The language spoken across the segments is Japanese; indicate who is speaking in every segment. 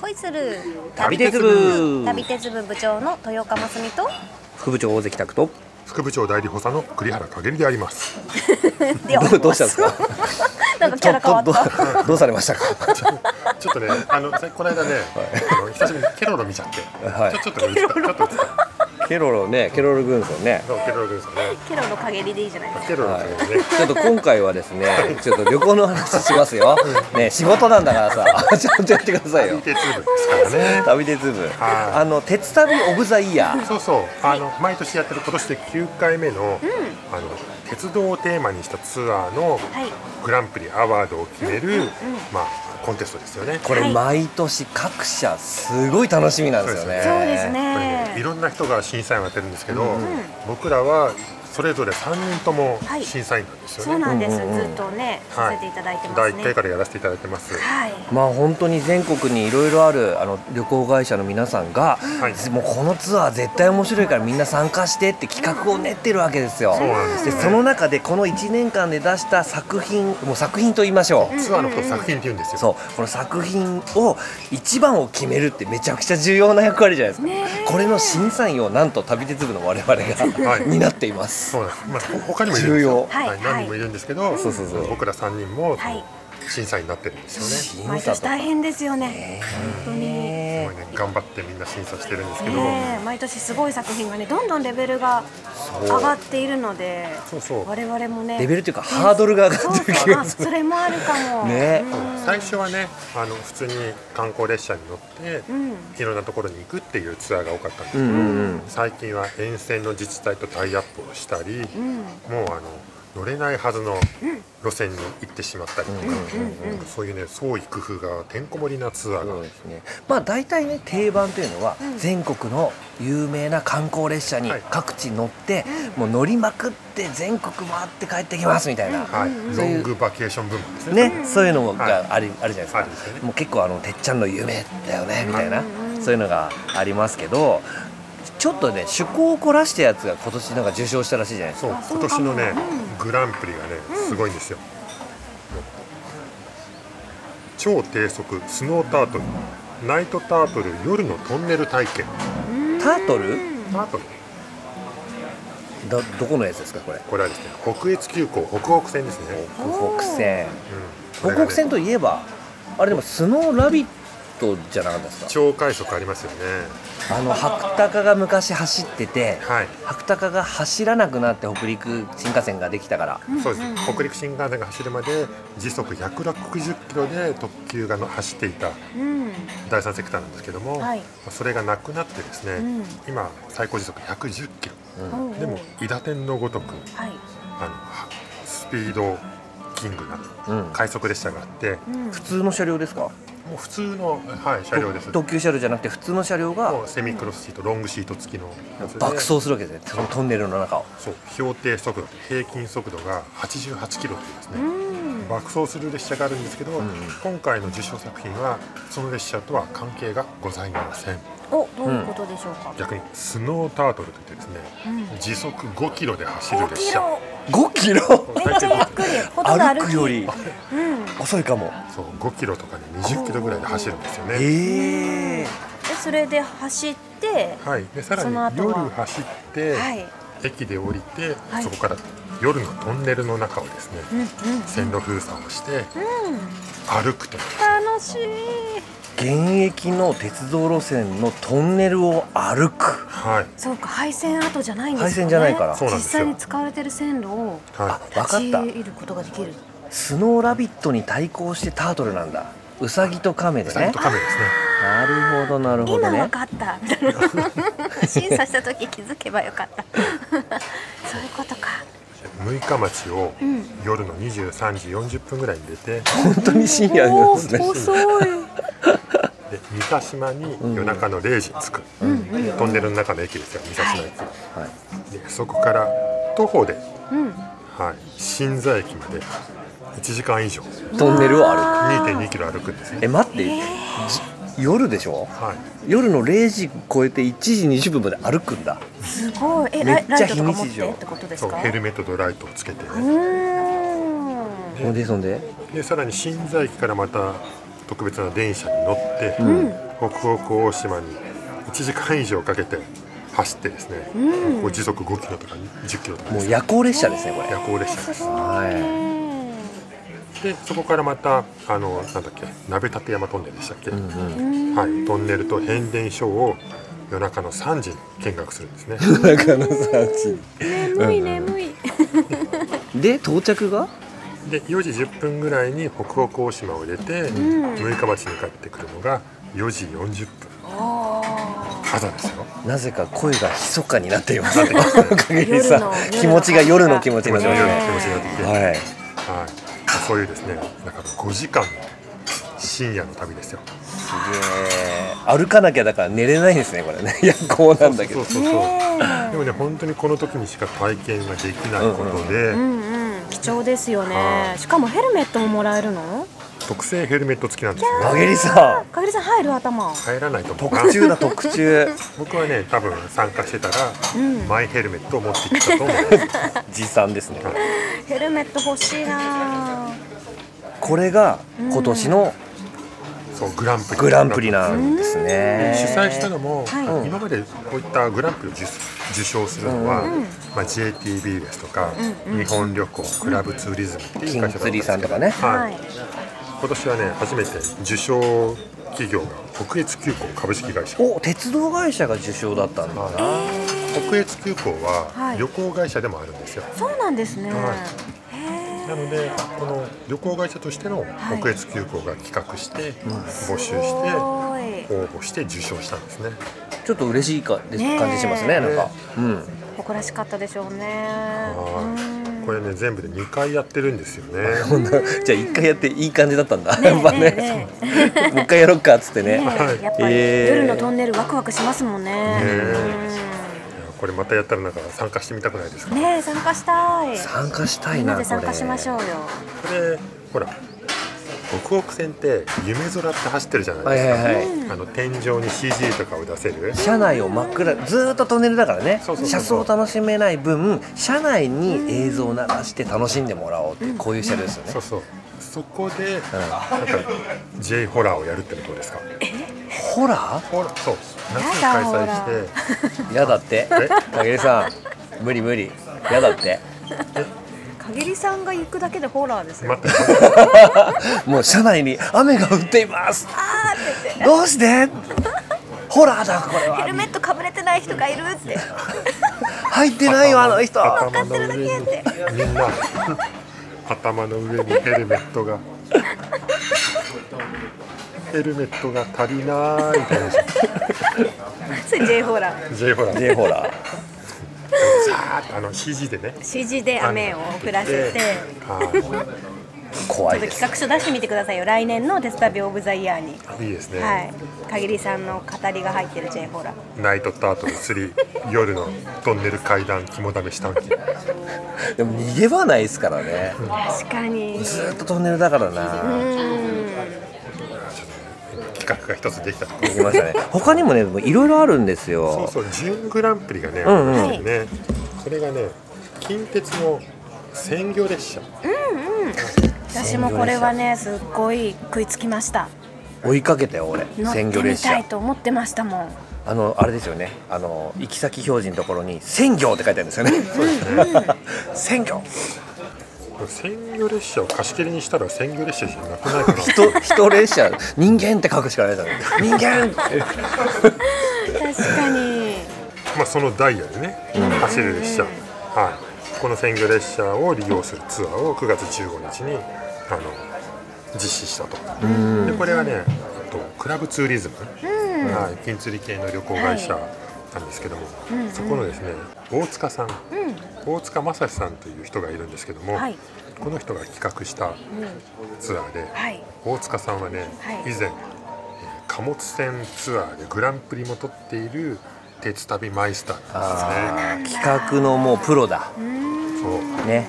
Speaker 1: 恋する
Speaker 2: 旅鉄部
Speaker 1: 旅鉄部部長の豊岡真澄と
Speaker 2: 副部長大関拓と
Speaker 3: 副部長代理補佐の栗原かげりであります。
Speaker 1: で
Speaker 2: どうどうしたんですか
Speaker 1: なんかキャラ変わっ
Speaker 2: ど
Speaker 1: た
Speaker 2: どどうされましたか
Speaker 3: ちょっとね、あの、さこの間ね、あの久しぶりにケロロ見ちゃって、
Speaker 2: はい
Speaker 3: ちょちょっとね、ちょっとちょっと映った、
Speaker 2: ケロロねケロロ軍曹ね
Speaker 3: そうケロロ君ですよね。
Speaker 1: ケロの陰りでいいじゃないですか
Speaker 3: ケロロ君ですね。
Speaker 2: ちょっと今回はですねちょっと旅行の話しますよね仕事なんだからさちゃんとやってくださいよ
Speaker 3: 見てつぶですからね。
Speaker 2: 旅鉄部
Speaker 3: はい
Speaker 2: あの鉄旅オブザイヤー
Speaker 3: そうそう、あの、毎年やってる今年で9回目の、あの、鉄道をテーマにしたツアーの。
Speaker 1: はい
Speaker 3: グランプリアワードを決める、まあ、コンテストですよね。
Speaker 2: こ
Speaker 1: は
Speaker 2: れ
Speaker 1: い
Speaker 2: 毎年各社すごい楽しみなんですよね
Speaker 1: そうです
Speaker 3: これねい
Speaker 1: ね
Speaker 3: ろんな人が審査員をやってるんですけど、僕らはそれぞれ3人とも
Speaker 1: はい
Speaker 3: 審査員なんですよね。
Speaker 1: そうなんです
Speaker 2: うんうんう
Speaker 1: ず
Speaker 2: ん
Speaker 1: っとねさ
Speaker 3: は
Speaker 1: せていただいてます
Speaker 3: 第
Speaker 1: ね
Speaker 3: 1回からやらせていただいてます。
Speaker 1: はい
Speaker 2: まあ本当に全国にいろいろあるあの旅行会社の皆さんが、
Speaker 3: はい
Speaker 2: もうこのツアー絶対面白いからみんな参加してって企画を練ってるわけですよ。
Speaker 3: そうなんです
Speaker 2: で
Speaker 3: よ
Speaker 2: その中でこの1年間で出した作品もう作品と言いましょう。
Speaker 3: ツアーのことを作品って言うんですよ。
Speaker 2: そうこの作品を一番を決めるってめちゃくちゃ重要な役割じゃないですか、これの審査員をなんと旅鉄部の我々が、
Speaker 3: はい
Speaker 2: 担っています
Speaker 3: そうなんです。まあ、ほ他にもいるんですよ。
Speaker 2: 重
Speaker 1: 要
Speaker 3: はい、
Speaker 1: はい
Speaker 3: 何人もいるんですけど、
Speaker 2: そうそうそう
Speaker 3: 僕ら三人も
Speaker 1: はい
Speaker 3: 審査員になってるんですよね。
Speaker 2: 審
Speaker 1: 毎
Speaker 2: 査
Speaker 1: 年
Speaker 2: と
Speaker 1: 大
Speaker 2: か
Speaker 1: 変ですよね本当に
Speaker 3: すごいね、頑張ってみんな審査してるんですけど、
Speaker 1: ねえ毎年すごい作品がねどんどんレベルが上がっているので
Speaker 3: そうそう
Speaker 1: 我々もね
Speaker 2: レベルというかハードルが上
Speaker 1: そ
Speaker 2: が
Speaker 1: う
Speaker 2: ってる
Speaker 1: そ
Speaker 2: 気
Speaker 1: う
Speaker 2: が
Speaker 1: あ
Speaker 2: す
Speaker 1: それもあるかも
Speaker 2: るね
Speaker 1: うん
Speaker 3: 最初はね、あの普通に観光列車に乗って、
Speaker 1: ん
Speaker 3: いろんなところに行くっていうツアーが多かったんですけ
Speaker 2: う
Speaker 3: ど、
Speaker 2: んうんうん
Speaker 3: 最近は沿線の自治体とタイアップをしたり、
Speaker 1: ん
Speaker 3: もうあの乗れないはずの路線に行ってしまったりとか、なんかそういうね創意工夫がてんこ盛りなツアーが、
Speaker 2: そうですね。まあ大体ね定番というのは全国の有名な観光列車に
Speaker 3: はい
Speaker 2: 各地乗ってもう乗りまくって全国回って帰ってきますみたいな。
Speaker 3: はい、
Speaker 2: そう
Speaker 3: ロ
Speaker 2: いう
Speaker 3: ングバケーション部門ですね
Speaker 2: ね、そういうの
Speaker 3: はい
Speaker 2: があるあるじゃない
Speaker 3: あるん
Speaker 2: で
Speaker 3: ですす
Speaker 2: か
Speaker 3: よ。ね
Speaker 2: もう結構あのてっちゃんの夢だよねみたいなそういうのがありますけど、ちょっとね趣向を凝らしたやつが今年なんか受賞したらしいじゃないですか。
Speaker 3: そう
Speaker 1: あそう
Speaker 3: 今
Speaker 1: か
Speaker 3: 年
Speaker 1: も
Speaker 3: のね、グランプリがねすごいんですよ、超低速スノータートルナイトタートル夜のトンネル体験
Speaker 2: タートル？
Speaker 3: タートル
Speaker 2: どどこのやつですかこれ？
Speaker 3: これはですね北越急行北北線ですね、
Speaker 2: 北北線。
Speaker 3: うん
Speaker 2: 北北線
Speaker 3: と
Speaker 2: といえばあれでもスノーラビットじゃなかったですか？
Speaker 3: 超快速ありますよね
Speaker 2: あの白鷹が昔走ってて、
Speaker 3: はい
Speaker 2: 白鷹が走らなくなって北陸新幹線ができたから、
Speaker 3: そうです北陸新幹線が走るまで時速160キロで特急がの走っていた
Speaker 1: うん
Speaker 3: 第三セクターなんですけども、
Speaker 1: はい
Speaker 3: それがなくなってですね、
Speaker 1: ん
Speaker 3: 今最高時速110キロ、
Speaker 1: おうおう
Speaker 3: でも伊達天のごとく
Speaker 1: はい
Speaker 3: あのはスピードキングな
Speaker 2: うん
Speaker 3: 快速列車があって、
Speaker 1: うん
Speaker 2: 普通の車両ですか
Speaker 3: もう普通の、はい、車両です
Speaker 2: 特急車両じゃなくて普通の車両が
Speaker 3: もうセミクロスシートロングシート付きのやつで
Speaker 2: 爆走するわけですねそのトンネルの中を
Speaker 3: そう標定速度平均速度が88キロというですね、爆走する列車があるんですけど、今回の受賞作品はその列車とは関係がございません
Speaker 1: おどういうことでしょうか
Speaker 3: 逆にスノータートルといってですね、時速5キロで走る
Speaker 1: 5
Speaker 3: 列
Speaker 1: キ
Speaker 3: 車
Speaker 1: ロ
Speaker 2: 5キロ
Speaker 1: めっちゃゆっくりほとんど歩
Speaker 2: 歩
Speaker 1: き
Speaker 2: くより遅いかも
Speaker 3: そう5キロとかね20キロぐらいで走るんですよね、
Speaker 2: ええ
Speaker 1: でそれで走って
Speaker 3: はい、でさら
Speaker 1: その
Speaker 3: に
Speaker 1: 後
Speaker 3: 夜
Speaker 1: は
Speaker 3: 走って、
Speaker 1: はい
Speaker 3: 駅で降りて、
Speaker 1: はい
Speaker 3: そこから夜のトンネルの中をですね、
Speaker 1: うんうん
Speaker 3: 線路封鎖をして、歩くという
Speaker 1: 楽しい
Speaker 2: 現役の鉄道路線のトンネルを歩く
Speaker 3: はい、
Speaker 1: そうか配線跡じゃないんですよね
Speaker 2: 配線じゃないから
Speaker 3: そうなん
Speaker 1: 実
Speaker 3: ですよ
Speaker 1: 際に使われてる線路を
Speaker 3: は
Speaker 2: わ
Speaker 1: 立
Speaker 2: かっ
Speaker 1: ち
Speaker 2: た
Speaker 1: 入ることができる
Speaker 2: スノーラビットに対抗してタートルなんだウサギとカメ
Speaker 3: い、
Speaker 2: で
Speaker 3: サイ
Speaker 2: ね
Speaker 3: トカメラですね
Speaker 2: なるほどなるほど
Speaker 1: 今
Speaker 2: ね
Speaker 1: わかった みたいな審査した時気づけばよかった そういうことか
Speaker 3: 六日町を夜の23時40分ぐらいに出て、
Speaker 2: 本当に深夜なんですね。
Speaker 1: 遅い
Speaker 3: で三田島に夜中の0時に着く、トンネルの中の駅ですよ三田島駅、
Speaker 2: はい
Speaker 3: でそこから徒歩で、
Speaker 1: ん
Speaker 3: はい、新座駅まで1時間以上
Speaker 2: トンネルを歩く。
Speaker 3: 2.2キロ歩くんですね
Speaker 2: え、待って、じ夜でしょ
Speaker 3: はい、
Speaker 2: 夜の0時超えて1時20分まで歩くんだ。
Speaker 1: すごいえ
Speaker 2: め
Speaker 1: ラ
Speaker 2: っ
Speaker 1: イ
Speaker 2: ちゃ
Speaker 1: ライトとか
Speaker 2: 非
Speaker 1: 持っ
Speaker 2: 日常
Speaker 1: てってことです
Speaker 3: そう
Speaker 1: か
Speaker 3: ヘルメットとライトをつけて、
Speaker 1: うーん
Speaker 2: ほんで、そんで、
Speaker 3: でさらに新座駅からまた特別な電車に乗って、北北大島に1時間以上かけて走ってですね、こう時速5キロとか10キロとかで
Speaker 2: もう
Speaker 3: す
Speaker 2: 夜行列車ですねこれ
Speaker 3: 夜行列車です
Speaker 2: は
Speaker 3: でそこからまたあのなんだっけ鍋立山トンネルでしたっけ、はい、トンネルと変電所を夜中の3時に見学するんですね
Speaker 2: い中野さんち
Speaker 1: 眠い眠い。
Speaker 2: で到着が
Speaker 3: で4時10分ぐらいに北北大島を出て、六日町に帰ってくるのが4時40分朝ですよ
Speaker 2: なぜか声が密かになっていますねこの限り
Speaker 1: 夜の
Speaker 2: さ
Speaker 1: 夜の
Speaker 2: 気持ちが夜の気持ちになってま
Speaker 3: 夜
Speaker 2: す
Speaker 3: の
Speaker 2: ね
Speaker 3: 気持ちになってきて、はい
Speaker 2: はい
Speaker 3: そういうですねなんか5時間の深夜の旅ですよ
Speaker 2: すげえ歩かなきゃだから寝れないですねこれね 夜行なんだけど
Speaker 3: そうそうそうでもね本当にこの時にしか体験ができないことで、
Speaker 4: うんうん貴重ですよ
Speaker 3: は
Speaker 4: ねしかもヘルメットももらえるの
Speaker 3: 特製ヘルメット付きなんですよね
Speaker 2: あげりさん
Speaker 4: かぐりさん入る頭
Speaker 3: 入らないと思うな
Speaker 2: 特注だ特注
Speaker 3: 僕はね多分参加してたら、
Speaker 4: ん
Speaker 3: マイヘルメットを持ってきたと思う
Speaker 2: 持参ですね
Speaker 4: ヘルメット欲しいな
Speaker 2: これが今年の
Speaker 3: そうグランプリ
Speaker 2: グランプリなんですね
Speaker 3: 主催したのも、
Speaker 4: はい
Speaker 3: 今までこういったグランプリを受受賞するのは、まあ、JTB ですとか、日本旅行クラブツーリズムっていう会社だったんですけ
Speaker 2: 金
Speaker 3: ど
Speaker 2: 釣りさんとかね
Speaker 3: はい今年はね初めて受賞企業が北越急行株式会社
Speaker 2: お鉄道会社が受賞だったんだな
Speaker 3: 北越急行は
Speaker 4: はい
Speaker 3: 旅行会社でもあるんですよ、
Speaker 4: そうなんですね
Speaker 3: はい
Speaker 4: へ
Speaker 3: なのでこの旅行会社としての
Speaker 4: い
Speaker 3: 北越急行が企画して、募集し
Speaker 4: す
Speaker 3: て
Speaker 4: ごい
Speaker 3: 応募して受賞したんですね
Speaker 2: ちょっと嬉しいかです
Speaker 4: ねえ
Speaker 2: 感じしますねなんかうん
Speaker 4: 誇らしかったでしょうね
Speaker 3: はいこれね全部で2回やってるんですよね
Speaker 2: こんなじゃあ一回やっていい感じだったんだ
Speaker 4: ね
Speaker 2: やっぱ
Speaker 4: ね
Speaker 2: ねもう一回やろっかっつってね
Speaker 4: ね
Speaker 3: はい
Speaker 4: やっぱり
Speaker 2: えー
Speaker 4: 夜のトンネルワクワクしますもんね
Speaker 3: いやこれまたやったらなんか参加してみたくないですか
Speaker 4: うんねえ参加したい
Speaker 2: 参加した
Speaker 4: み
Speaker 2: い
Speaker 4: んな
Speaker 2: な
Speaker 4: で参
Speaker 2: こ
Speaker 4: 加
Speaker 2: れ
Speaker 4: しましょうよ
Speaker 3: これほら北北線って夢空って走ってるじゃない
Speaker 2: はい
Speaker 3: です
Speaker 2: は
Speaker 3: か、
Speaker 2: いはい
Speaker 3: あの天井に CG とかを出せる
Speaker 2: 車内を真っ暗ずーっとトンネルだからね
Speaker 3: そうそうそう
Speaker 2: 車窓を楽しめない分車内に映像を流して楽しんでもらおうっていうこういう車両ですよね
Speaker 3: そうそうそこで、
Speaker 2: ん
Speaker 3: なんか J ホラーをやるってのどうですか
Speaker 2: ホラ
Speaker 3: ホラそう夏に
Speaker 4: や
Speaker 3: 開
Speaker 4: だ
Speaker 3: 催して
Speaker 2: ーやだって武井さん無理無理やだって
Speaker 4: 影りさんが行くだけでホラーですよ
Speaker 3: 待って
Speaker 2: もう車内に雨が降っていますどうしてホラーだこれ
Speaker 4: ヘ
Speaker 2: は
Speaker 4: ルメットかぶれてない人がいるって
Speaker 2: 入ってないよあの人
Speaker 3: 頭の上にみんな頭の上にヘルメットがヘルメットが足りないみたいな
Speaker 4: それ J ホラー
Speaker 3: J ホラー
Speaker 2: J ホラー
Speaker 3: さーってあの CG でね
Speaker 4: CG で雨を降らせて
Speaker 3: は
Speaker 2: 怖
Speaker 4: ちょっと
Speaker 2: い
Speaker 4: 企
Speaker 2: です
Speaker 4: 画書出してみてくださいよ来年の「デスタビオブザイヤーに
Speaker 3: いいいですね、
Speaker 4: はい影りさんの語りが入ってる J ホラー
Speaker 3: ナイトタートル3夜のトンネル階段肝試し探検
Speaker 2: でも逃げ場ないですからね
Speaker 4: 確かに
Speaker 2: ずーっとトンネルだからな
Speaker 3: 企画が一つできたとこ
Speaker 2: できましたね他にもねいろいろあるんです
Speaker 3: そう
Speaker 2: よ
Speaker 3: そう準グランプリがね、
Speaker 2: んうん
Speaker 3: ありましたよねそれがね近鉄の鮮魚列車
Speaker 4: 私もこれはねすっごい食いつきました
Speaker 2: 追いかけたよ俺
Speaker 4: 乗って
Speaker 2: 鮮魚
Speaker 4: み
Speaker 2: 列
Speaker 4: た
Speaker 2: 車
Speaker 4: いと思ってましたもん
Speaker 2: あのあれですよねあの行き先表示のところに鮮魚って書いてあるんですよね鮮魚
Speaker 3: 鮮魚列車を貸し切りにしたら鮮魚列車じゃなく ないかな
Speaker 2: 人人列車人間って書くしかないだろ人間
Speaker 4: 確かに
Speaker 3: まあそのダイヤでね走る列車、はいこの鮮魚列車を利用するツアーを9月15日にあの実施したとでこれはねあとクラブツーリズム、はい、金釣り系の旅行会社なんですけども、そこのですね大塚さん、大塚正史さんという人がいるんですけども、
Speaker 4: はい
Speaker 3: この人が企画したツアーで、
Speaker 4: はい
Speaker 3: 大塚さんはね、
Speaker 4: はい
Speaker 3: 以前えー貨物船ツアーでグランプリも取っている鉄旅マイスターなんで
Speaker 2: 企画のもうプロだ
Speaker 3: すねそうも
Speaker 2: ね
Speaker 3: うね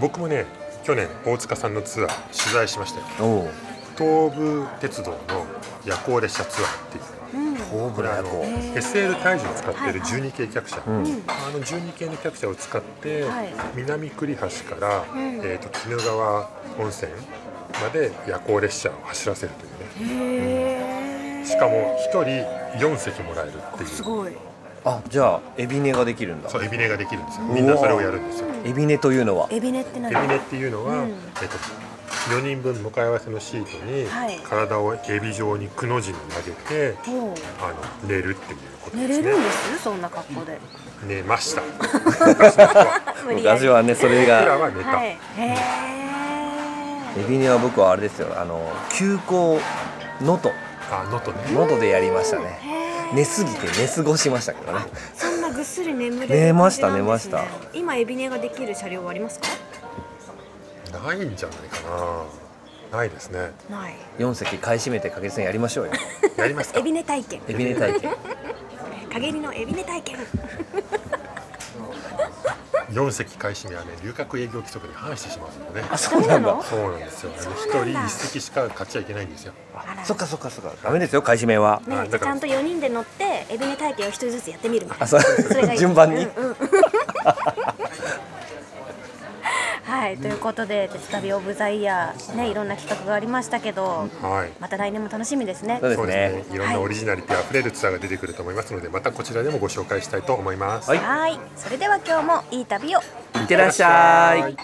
Speaker 3: 僕もね去年大塚さんのツアー取材しましたよ
Speaker 2: おう
Speaker 3: 東武鉄道の夜行列車ツアーっていう
Speaker 2: 東
Speaker 3: こ
Speaker 2: 武
Speaker 3: れ
Speaker 2: の
Speaker 3: あ
Speaker 2: 夜
Speaker 3: の
Speaker 2: 行
Speaker 3: SL 体重を使っている12系客車、あの12系の客車を使って、
Speaker 4: はい
Speaker 3: 南栗橋から、えー、と鬼怒川温泉まで夜行列車を走らせるというね
Speaker 4: へえ
Speaker 3: ししかも一人4席もらえるっていう
Speaker 4: すごい
Speaker 2: あじゃあエビネができるんだ
Speaker 3: そうエビネができるんですよみんなそれをやるんですよ
Speaker 2: エビネというのは
Speaker 4: エビネって何
Speaker 3: エビネっていうのは、
Speaker 4: うん
Speaker 3: えっと4人分向かい合わせのシートに
Speaker 4: はい
Speaker 3: 体をエビ状にくの字に投げて、
Speaker 4: ほう
Speaker 3: あの寝るっていうこと
Speaker 4: 寝
Speaker 3: で
Speaker 4: れ
Speaker 3: すね
Speaker 4: るんですそんな格好で
Speaker 3: 寝 ました
Speaker 4: 無理やり
Speaker 2: 昔はねそれ
Speaker 3: 僕ら
Speaker 2: が
Speaker 3: は寝た、
Speaker 4: はいへ
Speaker 2: エ
Speaker 4: え
Speaker 2: ビネは僕はあれですよあの休校能登
Speaker 3: あのとね
Speaker 2: 能登でやりましたね
Speaker 4: へー
Speaker 2: 寝すぎて寝過ごしましたけどね
Speaker 4: そんなぐっすり眠れる
Speaker 2: 寝ました
Speaker 4: 感じなんですね
Speaker 2: 寝ま
Speaker 4: 今エビネができる車両はありますか
Speaker 3: ないんじゃないかなないですね
Speaker 4: ない
Speaker 2: 4席買い占めて掛け線やりましょうよ
Speaker 3: やります か
Speaker 4: エビネ体験
Speaker 2: エビネ体験
Speaker 4: 陰りのエビネ体験
Speaker 3: 4席開始にはね留学営業規則に反してしまうのでね
Speaker 2: そうなんだ
Speaker 3: そうなんですよあの一
Speaker 4: そうなんだ
Speaker 3: 人一席しか勝ちゃいけないんですよ
Speaker 4: あら
Speaker 2: そっかそっかそっかダメですよ買い占めは
Speaker 3: は
Speaker 4: ねじゃ
Speaker 3: いだ
Speaker 4: あち
Speaker 3: か
Speaker 4: ゃ
Speaker 3: ら
Speaker 4: んと4人で乗ってエビネ体験を1人ずつやってみるみたい
Speaker 2: あ
Speaker 4: な
Speaker 2: そう
Speaker 4: それがいい
Speaker 2: 順番に
Speaker 4: うんうん はいということで「鉄旅オブザイヤー」ねいろんな企画がありましたけど
Speaker 3: はい
Speaker 4: また来年も楽しみですね
Speaker 2: そうです
Speaker 3: そう
Speaker 2: ね
Speaker 3: ですねいろんなオリジナリティあふれるツアーが出てくると思いますのでまたこちらでもご紹介したいと思います
Speaker 2: はい
Speaker 4: はいそれでは今日もいい旅を
Speaker 2: いってらっしゃい